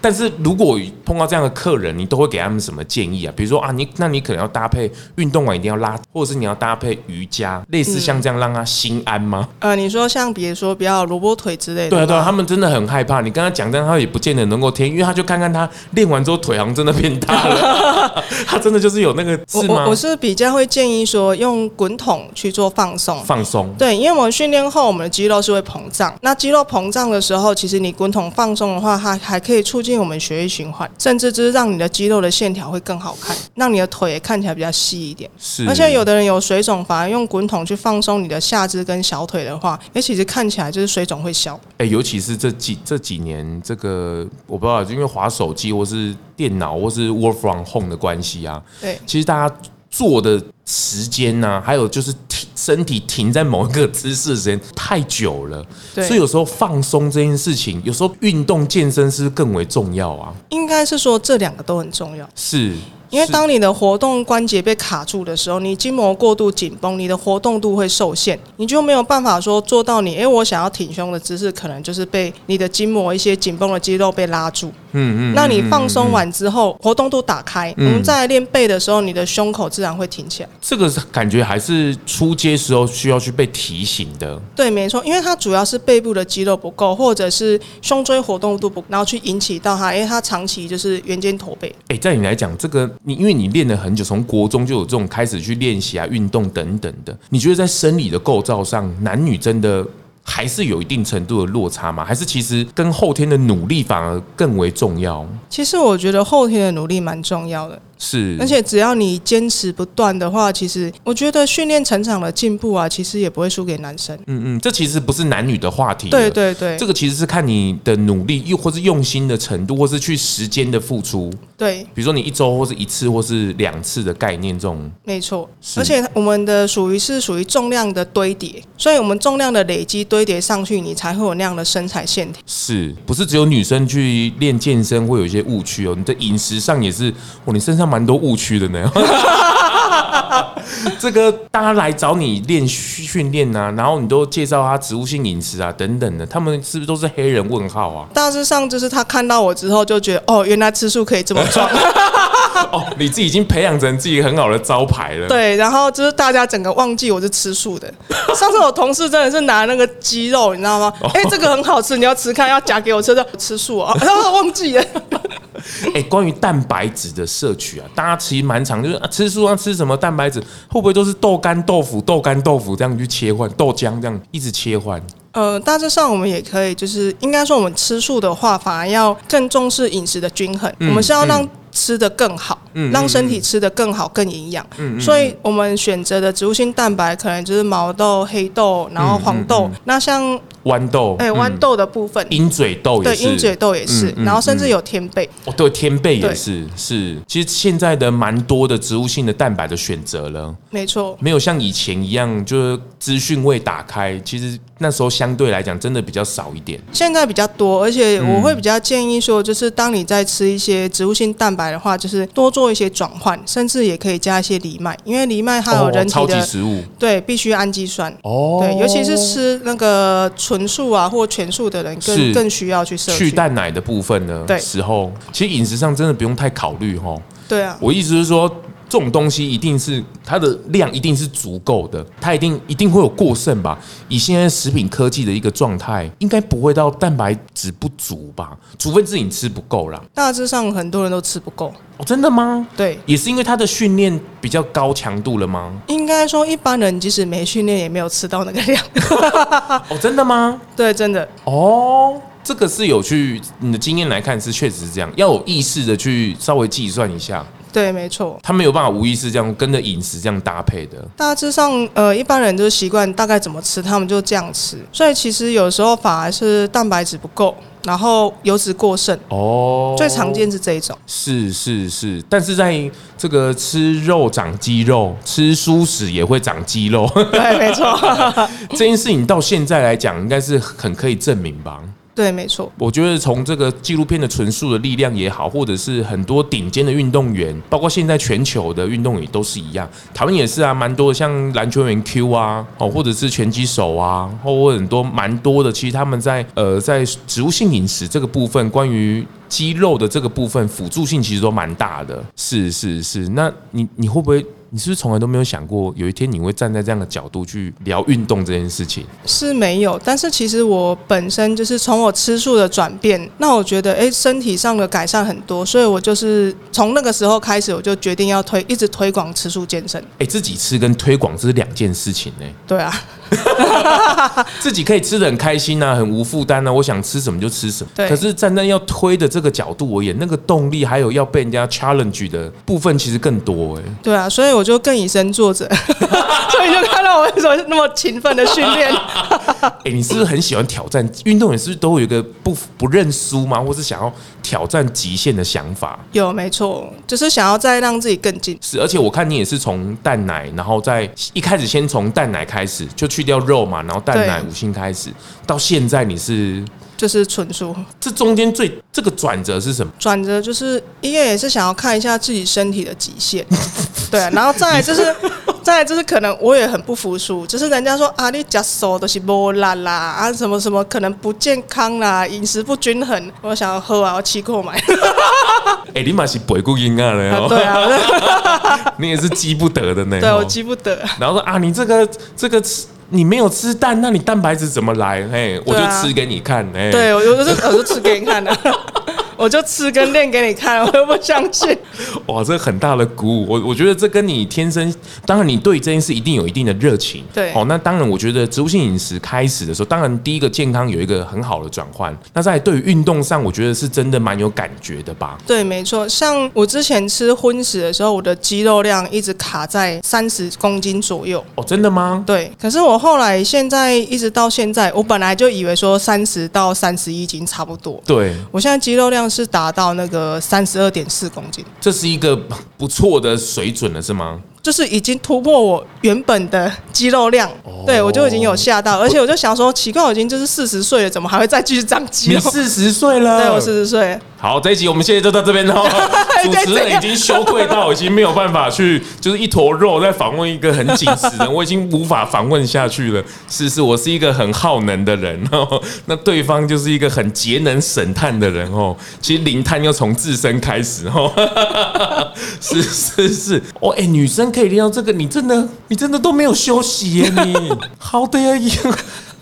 Speaker 1: 但是如果碰到这样的客人，你都会给他们什么建议啊？比如说啊，你那你可能要搭配运动完一定要拉，或者是你要搭配瑜伽，
Speaker 2: 嗯
Speaker 1: 类似像这样让他心安吗？
Speaker 2: 呃，你说像比如说比较萝卜腿之类的，
Speaker 1: 对啊，对啊，他。们真的很害怕。你跟他讲这样，他也不见得能够听，因为他就看看他练完之后腿好像真的变大 了，他真的就是有那个
Speaker 2: 我
Speaker 1: 是吗
Speaker 2: 我我？是比较会建议说用滚筒去做放松。
Speaker 1: 放松，
Speaker 2: 对，因为我们训练后，我们的肌肉是会膨胀。那肌肉膨胀的时候，其实你滚筒放松的话，它还可以促进我们血液循环，甚至就是让你的肌肉的线条会更好看，让你的腿也看起来比较细一点。
Speaker 1: 是。
Speaker 2: 而且有的人有水肿，反而用滚筒去放松你的下肢跟小腿的话，也其实看起来就是水肿会消。
Speaker 1: 哎、尤其是这几这几年，这个我不知道，因为滑手机或是电脑或是 work from home 的关系啊，
Speaker 2: 对
Speaker 1: 其实大家坐的时间呐、还有就是停身体停在某一个姿势的时间太久了，
Speaker 2: 对
Speaker 1: 所以有时候放松这件事情，有时候运动健身是更为重要啊。
Speaker 2: 应该是说这两个都很重要。
Speaker 1: 是，
Speaker 2: 因为
Speaker 1: 是
Speaker 2: 当你的活动关节被卡住的时候，你筋膜过度紧绷，你的活动度会受限，你就没有办法说做到你，诶，我想要挺胸的姿势，可能就是被你的筋膜一些紧绷的肌肉被拉住。
Speaker 1: 嗯嗯，嗯
Speaker 2: 那你放松完之后，活动度打开，我们再来练背的时候，你的胸口自然会挺起来。
Speaker 1: 这个是感觉还是出街时候需要去被提醒的。
Speaker 2: 对，没错，因为它主要是背部的肌肉不够，或者是胸椎活动度不够，然后去引起到它，因为它长期就是圆肩驼背。
Speaker 1: 哎、在你来讲，这个你因为你练了很久，从国中就有这种开始去练习啊、运动等等的，你觉得在生理的构造上，男女真的还是有一定程度的落差吗？还是其实跟后天的努力反而更为重要？
Speaker 2: 其实我觉得后天的努力蛮重要的，
Speaker 1: 是，
Speaker 2: 而且只要你坚持不断的话，其实我觉得训练成长的进步啊，其实也不会输给男生。
Speaker 1: 嗯嗯，这其实不是男女的话题了，
Speaker 2: 对对对，
Speaker 1: 这个其实是看你的努力，又或是用心的程度，或是去时间的付出。
Speaker 2: 对，
Speaker 1: 比如说你一周或是一次或是两次的概念，这种
Speaker 2: 没错。
Speaker 1: 是
Speaker 2: 而且我们的属于是属于重量的堆叠，所以我们重量的累积堆叠上去，你才会有那样的身材线条。
Speaker 1: 是不是只有女生去练健身会有一些误区哦？你的饮食上也是，哇，你身上蛮多误区的呢。 这个大家来找你练训练啊，然后你都介绍他植物性饮食啊等等的，他们是不是都是黑人问号啊？
Speaker 2: 大致上就是他看到我之后就觉得，哦，原来吃素可以这么 壮。
Speaker 1: 哦，你自己已经培养成自己很好的招牌了。
Speaker 2: 对，然后就是大家整个忘记我是吃素的。上次我同事真的是拿那个鸡肉，你知道吗？
Speaker 1: 哦
Speaker 2: 哎、这个很好吃，你要吃看，要夹给我吃。我吃素啊， 然后忘记了。
Speaker 1: 哎、关于蛋白质的摄取啊，大家其实蛮常就是、啊、吃素啊，吃什么蛋白质，会不会都是豆干豆腐、豆干豆腐这样去切换，豆浆这样一直切换？
Speaker 2: 呃，大致上我们也可以，就是应该说我们吃素的话，反而要更重视饮食的均衡。
Speaker 1: 嗯
Speaker 2: 我们是要让吃的更好，让身体吃的更好、更营养。
Speaker 1: 嗯
Speaker 2: 所以我们选择的植物性蛋白可能就是毛豆、黑豆，然后黄
Speaker 1: 嗯
Speaker 2: 豆。那像
Speaker 1: 豌豆，
Speaker 2: 哎豌、豆的部分，
Speaker 1: 鹰嘴豆嗯也
Speaker 2: 对
Speaker 1: 是，
Speaker 2: 鹰嘴豆也是，
Speaker 1: 嗯嗯
Speaker 2: 然后甚至有天贝。
Speaker 1: 哦，对，天贝也
Speaker 2: 对
Speaker 1: 是，是。其实现在的蛮多的植物性的蛋白的选择了，
Speaker 2: 没错，
Speaker 1: 没有像以前一样，就是资讯未打开，其实那时候相对来讲真的比较少一点。
Speaker 2: 现在比较多，而且
Speaker 1: 嗯
Speaker 2: 我会比较建议说，就是当你在吃一些植物性蛋白的话，就是多做一些转换，甚至也可以加一些藜麦，因为藜麦它有呃人体
Speaker 1: 哦超级
Speaker 2: 的、
Speaker 1: 食物
Speaker 2: 对必需氨基酸。
Speaker 1: 哦
Speaker 2: 对，尤其是吃那个纯素啊或全素的人
Speaker 1: 是
Speaker 2: 更更需要去摄
Speaker 1: 去
Speaker 2: 取
Speaker 1: 蛋奶的部分呢，
Speaker 2: 对
Speaker 1: 时候其实饮食上真的不用太考虑哦。
Speaker 2: 对啊，
Speaker 1: 我意思是说，这种东西一定是它的量一定是足够的，它一定一定会有过剩吧？以现在食品科技的一个状态，应该不会到蛋白质不足吧？除非是你吃不够啦。
Speaker 2: 大致上很多人都吃不够。
Speaker 1: 哦，真的吗？
Speaker 2: 对，
Speaker 1: 也是因为它的训练比较高强度了吗？
Speaker 2: 应该说一般人即使没训练也没有吃到那个量。
Speaker 1: 哦，真的吗？
Speaker 2: 对，真的。
Speaker 1: 哦，这个是有去你的经验来看是确实是这样，要有意识的去稍微计算一下。
Speaker 2: 对，没错。
Speaker 1: 他没有办法无意识这样跟着饮食这样搭配的。
Speaker 2: 大致上，呃，一般人就是习惯大概怎么吃，他们就这样吃。所以其实有时候反而是蛋白质不够，然后油脂过剩，
Speaker 1: 哦，
Speaker 2: 最常见是这一种。
Speaker 1: 是是是，但是在这个吃肉长肌肉，吃蔬食也会长肌肉，
Speaker 2: 对，没错，
Speaker 1: 这件事情到现在来讲，应该是很可以证明吧。
Speaker 2: 对，没错，
Speaker 1: 我觉得从这个纪录片的纯素的力量也好，或者是很多顶尖的运动员，包括现在全球的运动员都是一样，台湾也是啊，蛮多的像篮球员 Q 啊，哦，或者是拳击手啊，或或很多蛮多的，其实他们在呃在植物性饮食这个部分，关于肌肉的这个部分辅助性其实都蛮大的。是是是，那你你会不会？你是不是从来都没有想过，有一天你会站在这样的角度去聊运动这件事情？
Speaker 2: 是没有。但是其实我本身就是从我吃素的转变，那我觉得，哎，身体上的改善很多，所以我就是从那个时候开始，我就决定要推，一直推广吃素健身。
Speaker 1: 哎、自己吃跟推广这是两件事情呢、
Speaker 2: 对啊，
Speaker 1: 自己可以吃的很开心啊，很无负担啊，我想吃什么就吃什么。
Speaker 2: 对
Speaker 1: 可是站在要推的这个角度而言，那个动力还有要被人家 challenge 的部分其实更多哎、
Speaker 2: 对啊，所以我就更以身作则， 所以就看到我为什么那么勤奋的训 练。
Speaker 1: 哎、你是不是很喜欢挑战？运动员是不是都有一个不不认输吗？或是想要挑战极限的想法？
Speaker 2: 有，没错，就是想要再让自己更进。
Speaker 1: 是，而且我看你也是从蛋奶，然后在一开始先从蛋奶开始，就去掉肉嘛，然后蛋奶
Speaker 2: 对
Speaker 1: 五星开始，到现在你是
Speaker 2: 就是纯素
Speaker 1: 这中间最这个转折是什么？
Speaker 2: 转折，就是一个也是想要看一下自己身体的极限， 对啊、然后再来就是，再来就是可能我也很不服输，就是人家说啊，你假手都是波啦啦啊，什么什么可能不健康啦，饮食不均衡，我想要喝啊，我气购买，
Speaker 1: 哎、你嘛是北固音啊了
Speaker 2: 啊
Speaker 1: 哦，
Speaker 2: 对啊，
Speaker 1: 你也是积不得的呢。
Speaker 2: 对
Speaker 1: 哦
Speaker 2: 我记不得，
Speaker 1: 然后说啊，你这个这个吃你没有吃蛋，那你蛋白质怎么来？哎，我
Speaker 2: 对
Speaker 1: 就
Speaker 2: 啊
Speaker 1: 吃给你看，哎，
Speaker 2: 对我我就我就吃给你看的。 我就吃跟练给你看，我又不相信。
Speaker 1: 哇，这很大的鼓舞。我我觉得这跟你天生，当然你对这件事一定有一定的热情。
Speaker 2: 对
Speaker 1: 好、那当然，我觉得植物性饮食开始的时候，当然第一个健康有一个很好的转换。那在对于运动上，我觉得是真的蛮有感觉的吧。
Speaker 2: 对，没错。像我之前吃荤食的时候，我的肌肉量一直卡在三十公斤左右。
Speaker 1: 哦，真的吗？
Speaker 2: 对，可是我后来现在一直到现在，我本来就以为说三十到三十一斤差不多，
Speaker 1: 对，
Speaker 2: 我现在肌肉量是达到那个三十二点四公斤，
Speaker 1: 这是一个不错的水准了，是吗？
Speaker 2: 就是已经突破我原本的肌肉量。
Speaker 1: 哦
Speaker 2: 对我就已经有吓到，而且我就想说，奇怪，我已经就是四十岁了，怎么还会再继续长肌
Speaker 1: 你
Speaker 2: 肉？
Speaker 1: 四十岁了，
Speaker 2: 对我四十岁，
Speaker 1: 好，这一集我们现在就到这边喽。主持人已经羞愧到已经没有办法去，就是一坨肉在访问一个很紧实的人，我已经无法访问下去了。是是，我是一个很耗能的人哦， 那对方就是一个很节能省碳的人哦。其实零碳要从自身开始哦。 是是是，哦，哎、女生可以练到这个，你真的你真的都没有休息耶，你好的呀，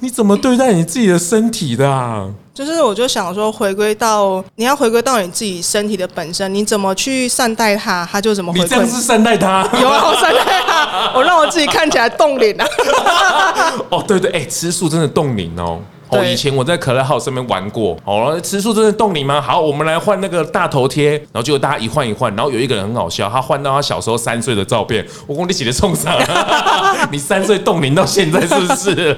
Speaker 1: 你怎么对待你自己的身体的、啊？
Speaker 2: 就是我就想说，回归到你要回归到你自己身体的本身，你怎么去善待它，它就怎么回
Speaker 1: 你
Speaker 2: 馈
Speaker 1: 这样
Speaker 2: 你
Speaker 1: 是善待他。
Speaker 2: 有啊，我善待啊，我让我自己看起来冻龄啊。
Speaker 1: 哦，对对，哎、吃素真的冻龄哦。哦，
Speaker 2: 对
Speaker 1: 以前我在可乐号上面玩过。哦，吃素真的冻龄吗？好，我们来换那个大头贴，然后结果大家一换一换，然后有一个人很好笑，他换到他小时候三岁的照片，我跟你写的冲上， 你三岁冻龄到现在是不是、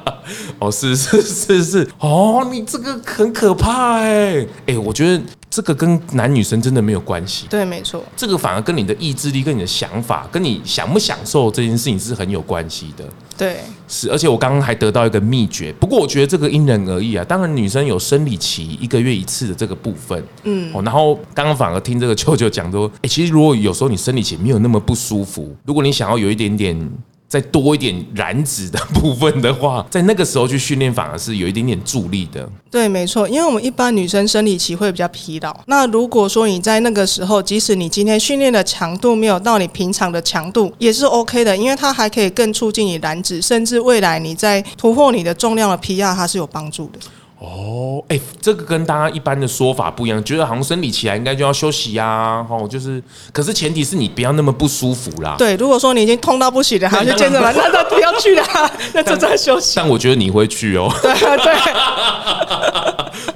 Speaker 1: 哦，是是是是，哦，你这个很可怕哎、哎、我觉得这个跟男女生真的没有关系。
Speaker 2: 对，没错，
Speaker 1: 这个反而跟你的意志力、跟你的想法、跟你享不享受这件事情是很有关系的。
Speaker 2: 对，
Speaker 1: 是，而且我刚刚还得到一个秘诀，不过我觉得这个因人而异啊。当然，女生有生理期一个月一次的这个部分，嗯，哦，然后刚刚反而听这个舅舅讲说，哎、其实如果有时候你生理期没有那么不舒服，如果你想要有一点点再多一点燃脂的 部分的话，在那个时候去训练反而是有一点点助力的。
Speaker 2: 对，没错，因为我们一般女生生理期会比较疲劳。那如果说你在那个时候，即使你今天训练的强度没有到你平常的强度，也是 OK 的，因为它还可以更促进你燃脂，甚至未来你在突破你的重量的 PR，它是有帮助的。
Speaker 1: 哦，哎、这个跟大家一般的说法不一样，觉得好像生理期来应该就要休息呀、啊，哦，就是，可是前提是你不要那么不舒服啦。
Speaker 2: 对，如果说你已经痛到不行了，还要去健身房，那那不要去啦，那就在休息。
Speaker 1: 但我觉得你会去哦。
Speaker 2: 对啊，对。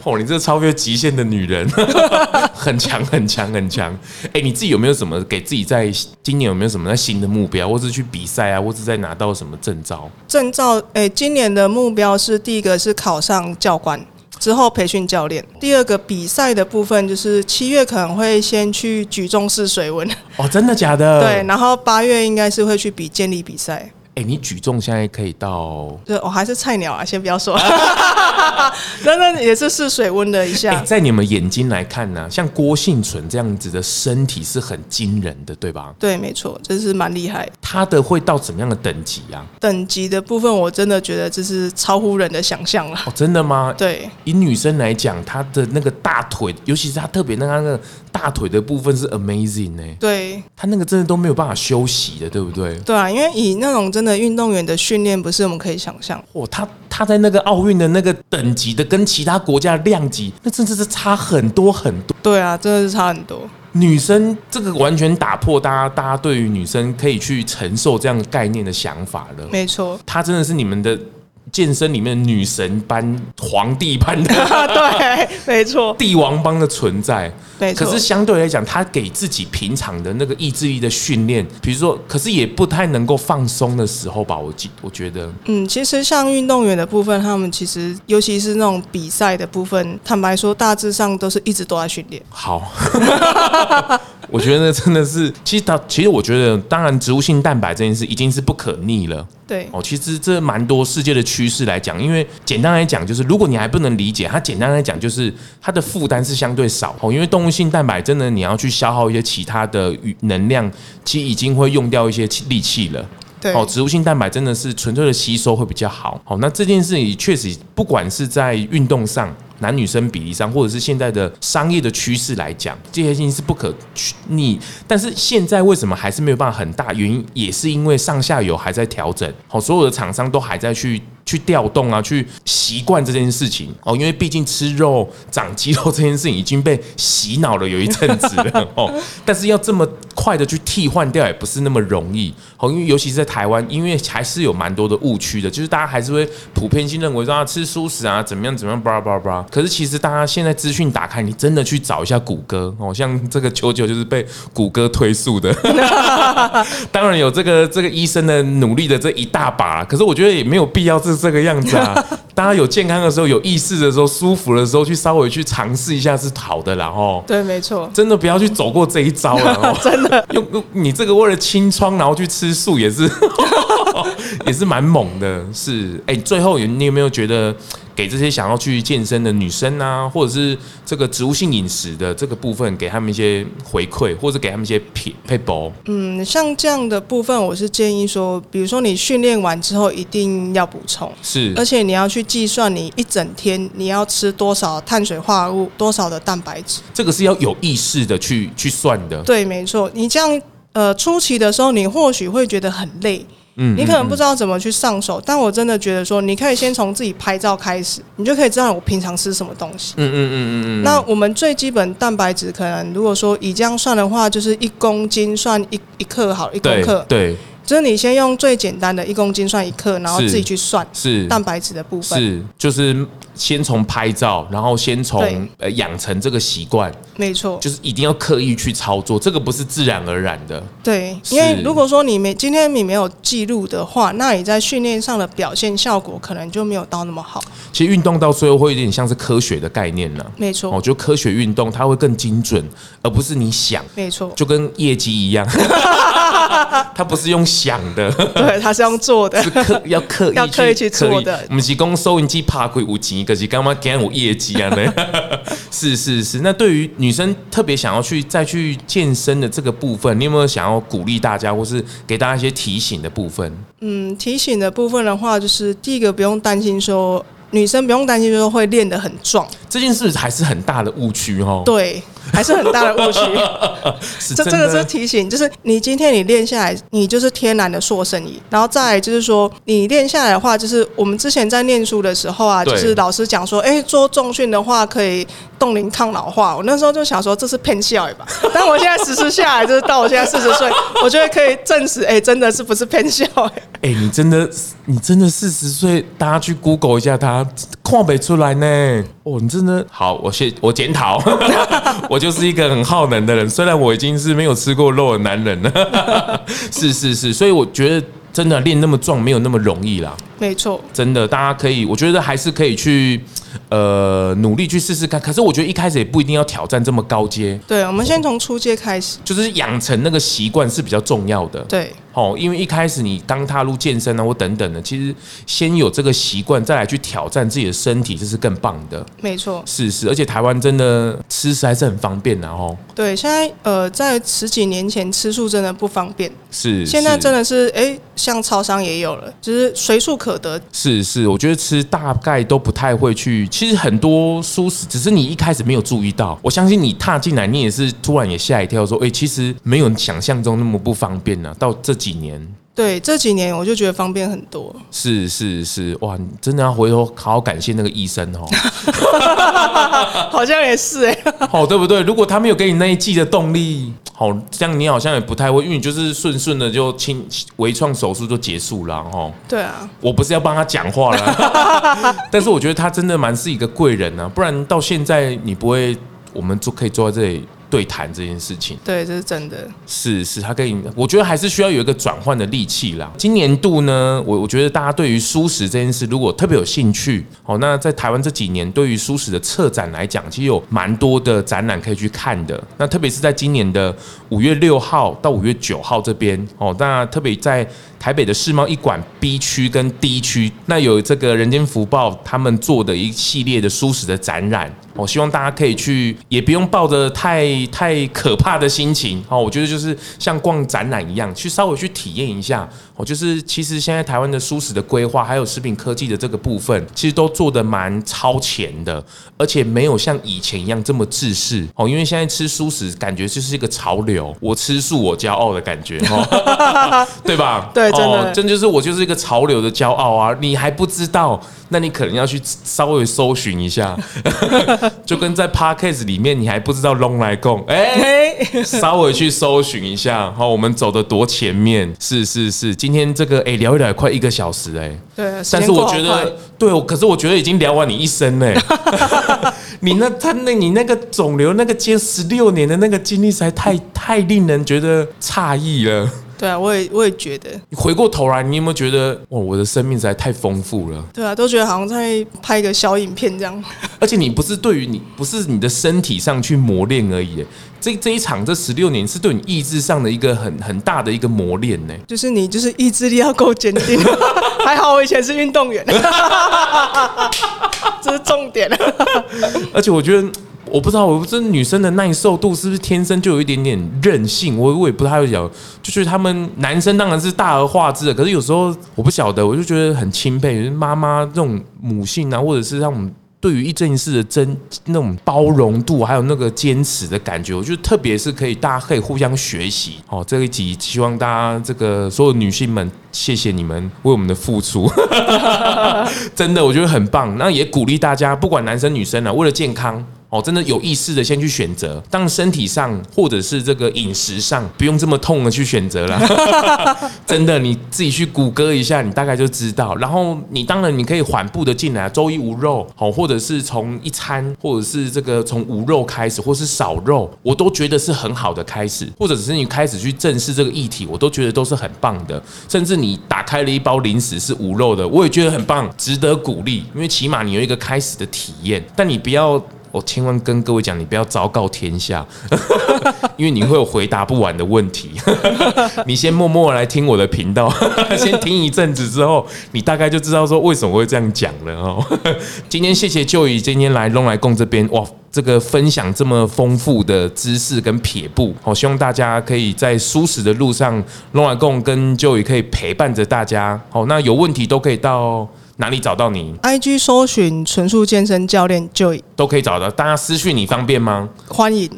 Speaker 1: 哦，你这超越极限的女人， 很强很强很强。哎、你自己有没有什么给自己在今年有没有什么在新的目标，或是去比赛啊，或是在拿到什么证照？
Speaker 2: 证照，诶、今年的目标是第一个是考上教官，之后培训教练。第二个比赛的部分就是七月可能会先去举重式水温，
Speaker 1: 哦，真的假的？
Speaker 2: 对，然后八月应该是会去比健力比赛。
Speaker 1: 哎、你举重现在可以到。
Speaker 2: 对，我、还是菜鸟啊，先不要说，那那也是试水温的一
Speaker 1: 哎、
Speaker 2: 下。
Speaker 1: 在你们眼睛来看呢、像郭幸存这样子的身体是很惊人的，对吧？
Speaker 2: 对，没错，这是蛮厉害。
Speaker 1: 他的会到怎么样的等级啊？
Speaker 2: 等级的部分，我真的觉得这是超乎人的想象了。
Speaker 1: 哦，真的吗？
Speaker 2: 对，
Speaker 1: 以女生来讲，她的那个大腿，尤其是她特别那个那个大腿的部分是 amazing 呢、
Speaker 2: 对，
Speaker 1: 她那个真的都没有办法休息的，对不对？
Speaker 2: 对啊，因为以那种真的运动员的训练，不是我们可以想象。
Speaker 1: 哇，他哦他在那个奥运的那个等级的跟其他国家的量级，那真的是差很多很多。
Speaker 2: 对啊，真的是差很多。
Speaker 1: 女生这个完全打破大家大家对于女生可以去承受这样概念的想法了。
Speaker 2: 没错，
Speaker 1: 她真的是你们的健身里面的女神般、 皇帝般的
Speaker 2: 啊，对， 没错，
Speaker 1: 帝王般的存在。
Speaker 2: 没错
Speaker 1: 可是相对来讲，她给自己平常的那个意志力的训练，比如说，可是也不太能够放松的时候吧。我记我觉得，
Speaker 2: 嗯，其实像运动员的部分，他们其实尤其是那种比赛的部分，坦白说，大致上都是一直都在训练。
Speaker 1: 好， 我觉得真的是，其实它其实我觉得，当然植物性蛋白这件事已经是不可逆了。
Speaker 2: 对，
Speaker 1: 哦，其实这蛮多世界的趋势来讲，因为简单来讲就是，如果你还不能理解，它简单来讲就是它的负担是相对少哦，因为动物性蛋白真的你要去消耗一些其他的余能量，其实已经会用掉一些气力气了。
Speaker 2: 对，
Speaker 1: 哦，植物性蛋白真的是纯粹的吸收会比较好。好、那这件事情确实，不管是在运动上、男女生比例上，或者是现在的商业的趋势来讲，这些事情是不可去逆。但是现在为什么还是没有办法很大？原因也是因为上下游还在调整，好、所有的厂商都还在去。去调动啊，去习惯这件事情哦，因为毕竟吃肉长肌肉这件事情已经被洗脑了有一阵子了 哦，但是要这么快的去替换掉也不是那么容易哦，因为尤其是在台湾，因为还是有蛮多的误区的，就是大家还是会普遍性认为说啊吃素食啊怎么样怎么样，巴拉巴拉巴拉。可是其实大家现在资讯打开，你真的去找一下谷歌哦，像这个球球就是被谷歌推速的。当然有这个这个医生的努力的这一大把，可是我觉得也没有必要是这个样子 啊。大家有健康的时候，有意识的时候，舒服的时候，去稍微去尝试一下是好的啦哦。
Speaker 2: 对，没错，
Speaker 1: 真的不要去走过这一招了， 真的。用用你这个为了清创，然后去吃素也是， 也是蛮猛的。是，哎、最后有你有没有觉得给这些想要去健身的女生啊，或者是这个植物性饮食的这个部分，给他们一些回馈，或者给他们一些撇配博？
Speaker 2: 嗯，像这样的部分，我是建议说，比如说你训练完之后一定要补充，
Speaker 1: 是，
Speaker 2: 而且你要去计算你一整天你要吃多少碳水化合物，多少的蛋白质。
Speaker 1: 这个是要有意识的去去算的。
Speaker 2: 对，没错，你这样呃初期的时候，你或许会觉得很累。嗯，你可能不知道怎么去上手，但我真的觉得说，你可以先从自己拍照开始，你就可以知道我平常吃什么东西。
Speaker 1: 嗯嗯嗯嗯嗯，
Speaker 2: 那我们最基本蛋白质，可能如果说以这样算的话，就是一公斤算一一克好了，一公
Speaker 1: 对
Speaker 2: 克，
Speaker 1: 对
Speaker 2: 就是你先用最简单的一公斤算一克，然后自己去算
Speaker 1: 是
Speaker 2: 蛋白质的部分。
Speaker 1: 是，就是先从拍照，然后先从
Speaker 2: 对
Speaker 1: 呃养成这个习惯，
Speaker 2: 没错，
Speaker 1: 就是一定要刻意去操作，这个不是自然而然的。
Speaker 2: 对，
Speaker 1: 是
Speaker 2: 因为如果说你没今天你没有记录的话，那你在训练上的表现效果可能就没有到那么好。
Speaker 1: 其实运动到最后会有点像是科学的概念了。
Speaker 2: 没错，
Speaker 1: 哦，就科学运动，它会更精准，而不是你想，
Speaker 2: 没错，
Speaker 1: 就跟业绩一 样， 它不是用想的。
Speaker 2: 对，他是用做的
Speaker 1: 是。刻要刻意
Speaker 2: 要刻意去做的
Speaker 1: 刻意我们是讲收音机怕鬼无钱，可是干嘛干我业绩啊？ 呢，是是是。那对于女生特别想要去再去健身的这个部分，你有没有想要鼓励大家，或是给大家一些提醒的部分？
Speaker 2: 嗯，提醒的部分的话，就是第一个不用担心说女生不用担心说会练得很壮，
Speaker 1: 这件事还是很大的误区哦。，
Speaker 2: 对，还是很大的 误区。
Speaker 1: 是
Speaker 2: 这
Speaker 1: 真
Speaker 2: 这个是
Speaker 1: 的。
Speaker 2: 提醒，就是你今天你练下来，你就是天然的塑身仪。然后再来就是说，你练下来的话，就是我们之前在念书的时候啊，
Speaker 1: 对
Speaker 2: 就是老师讲说，哎、做重训的话可以冻龄抗老化。我那时候就想说这是骗笑吧， 但我现在实施下来，就是到我现在四十岁，我觉得可以证实，哎、真的是不是骗笑、哎
Speaker 1: 哎、你真的，你真的四十岁，大家去 Google 一下他，看不出来呢。哦，你真的好，我谢我检 讨，我就是一个很耗能的人，虽然我已经是没有吃过肉的男人了。 是是是，所以我觉得真的练那么壮没有那么容易啦。
Speaker 2: 没错，
Speaker 1: 真的，大家可以，我觉得还是可以去，呃，努力去试试看。可是我觉得一开始也不一定要挑战这么高阶，
Speaker 2: 对，我们先从初阶开始，
Speaker 1: 就是养成那个习惯是比较重要的。
Speaker 2: 对。
Speaker 1: 哦，因为一开始你刚踏入健身啊，或等等的，其实先有这个习惯，再来去挑战自己的身体，这是更棒的。
Speaker 2: 没错，
Speaker 1: 是是，而且台湾真的吃食还是很方便的、啊、哦。
Speaker 2: 对，现在呃，在十几年前吃素真的不方便，
Speaker 1: 是，
Speaker 2: 现在
Speaker 1: 是
Speaker 2: 真的是，哎、像超商也有了，就是随处可得。
Speaker 1: 是是，我觉得吃大概都不太会去。其实很多素食，只是你一开始没有注意到。我相信你踏进来，你也是突然也吓一跳，说：“哎、其实没有想象中那么不方便啊。”到这几年，
Speaker 2: 对，这几年我就觉得方便很多。
Speaker 1: 是是是，哇，你真的要回头好好感谢那个医生哦。啊
Speaker 2: 好像也是哎、
Speaker 1: 哦，对不对？如果他没有给你那一季的动力，好、这样你好像也不太会，因为你就是顺顺的就轻微创手术就结束了哈、哦。
Speaker 2: 对啊，
Speaker 1: 我不是要帮他讲话啦，但是我觉得他真的蛮是一个贵人啊，不然到现在你不会，我们就可以坐在这里对谈这件事情。
Speaker 2: 对，这是真的。
Speaker 1: 是是，他跟你，我觉得还是需要有一个转换的力气啦。今年度呢，我我觉得大家对于素食这件事，如果特别有兴趣，哦，那在台湾这几年对于素食的策展来讲，其实有蛮多的展览可以去看的。那特别是在今年的五月六号到五月九号这边，哦，那特别在台北的世贸一馆 B 区跟 D 区，那有这个人间福报他们做的一系列的舒适的展览。我、希望大家可以去，也不用抱着太太可怕的心情哦。我觉得就是像逛展览一样，去稍微去体验一下。哦，就是其实现在台湾的舒适的规划，还有食品科技的这个部分，其实都做得蛮超前的，而且没有像以前一样这么自私哦。因为现在吃素食感觉就是一个潮流，我吃素我骄傲的感觉哦，对吧？
Speaker 2: 对对，真的，
Speaker 1: 这就是我就是一个潮流的骄傲啊！你还不知道，那你可能要去稍微搜寻一下， 就跟在 podcast 里面你还不知道 long 来共，哎、稍微去搜寻一下，哦好，我们走的多前面，是是是，今天这个哎、聊一聊也快一个小时哎、
Speaker 2: 对，啊时
Speaker 1: 但
Speaker 2: 间
Speaker 1: 是我
Speaker 2: 过好
Speaker 1: 觉
Speaker 2: 快
Speaker 1: 得，对，我可是我觉得已经聊完你一生嘞、 你那他那你那个肿瘤那个接十六年的那个经历，实在太太令人觉得诧异了。
Speaker 2: 对啊，我也我也觉得，
Speaker 1: 回过头来，你有没有觉得哇，我的生命实在太丰富了？
Speaker 2: 对啊，都觉得好像在拍一个小影片这样。
Speaker 1: 而且你不是对于你不是你的身体上去磨练而已，这这一场这十六年是对你意志上的一个很很大的一个磨练呢。
Speaker 2: 就是你就是意志力要够坚定， 还好我以前是运动员， 这是重点。
Speaker 1: 而且我觉得。我不知道，我这女生的耐受度是不是天生就有一点点韧性？我我也不太会讲，就是他们男生当然是大而化之的，可是有时候我不晓得，我就觉得很钦佩，就是妈妈这种母性啊，或者是让我们对于一件事的真那种包容度，还有那个坚持的感觉，我觉得特别是可以大家可以互相学习。哦，这一集希望大家这个所有女性们，谢谢你们为我们的付出。真的，我觉得很棒。那也鼓励大家，不管男生女生啊，为了健康哦，真的有意识的先去选择。当然身体上或者是这个饮食上，不用这么痛的去选择啦。真的，你自己去谷歌一下，你大概就知道。然后你当然你可以缓步的进来，周一无肉哦，或者是从一餐，或者是这个从无肉开始，或是少肉，我都觉得是很好的开始。或者是你开始去正视这个议题，我都觉得都是很棒的。甚至你打开了一包零食是无肉的，我也觉得很棒，值得鼓励，因为起码你有一个开始的体验。 但你不要。我千万跟各位讲，你不要昭告天下，因为你会有回答不完的问题。你先默默来听我的频 道，先听一阵子之后，你大概就知道说为什么会这样讲了哦。 今天谢谢舅姨今天来弄来共这边哇。这个分享这么丰富的知识跟撇步，好、希望大家可以在舒适的路上，弄来共跟舅姨可以陪伴着大家。好、那有问题都可以到哪里找到你，
Speaker 2: IG 搜寻纯素健身教练就
Speaker 1: 都可以找到。大家私讯你方便吗？
Speaker 2: 欢迎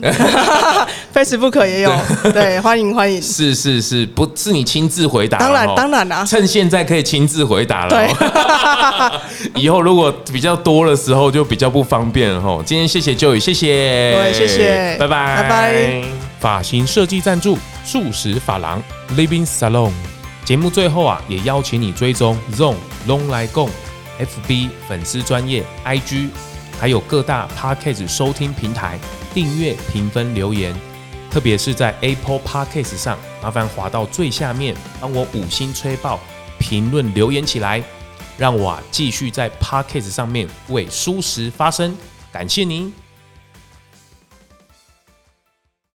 Speaker 2: ，Facebook 也有，对，欢迎欢迎，
Speaker 1: 是是是，不是你亲自回答哦，
Speaker 2: 当然当然啊啦
Speaker 1: 趁现在可以亲自回答了哦。以后如果比较多的时候就比较不方便了吼。今天谢谢舅宇，谢谢，
Speaker 2: 对谢谢
Speaker 1: 拜拜，
Speaker 2: 拜拜。
Speaker 1: 发型设计赞助素食发廊 Living Salon。节目最后啊，也邀请你追踪 Zone Long 来共 FB 粉丝专业 IG，还有各大 Podcast 收听平台订阅、评分、留言。特别是在 Apple Podcast 上，麻烦滑到最下面，帮我五星吹爆，评论留言起来，让我啊继续在 Podcast 上面为舒适发声。感谢您。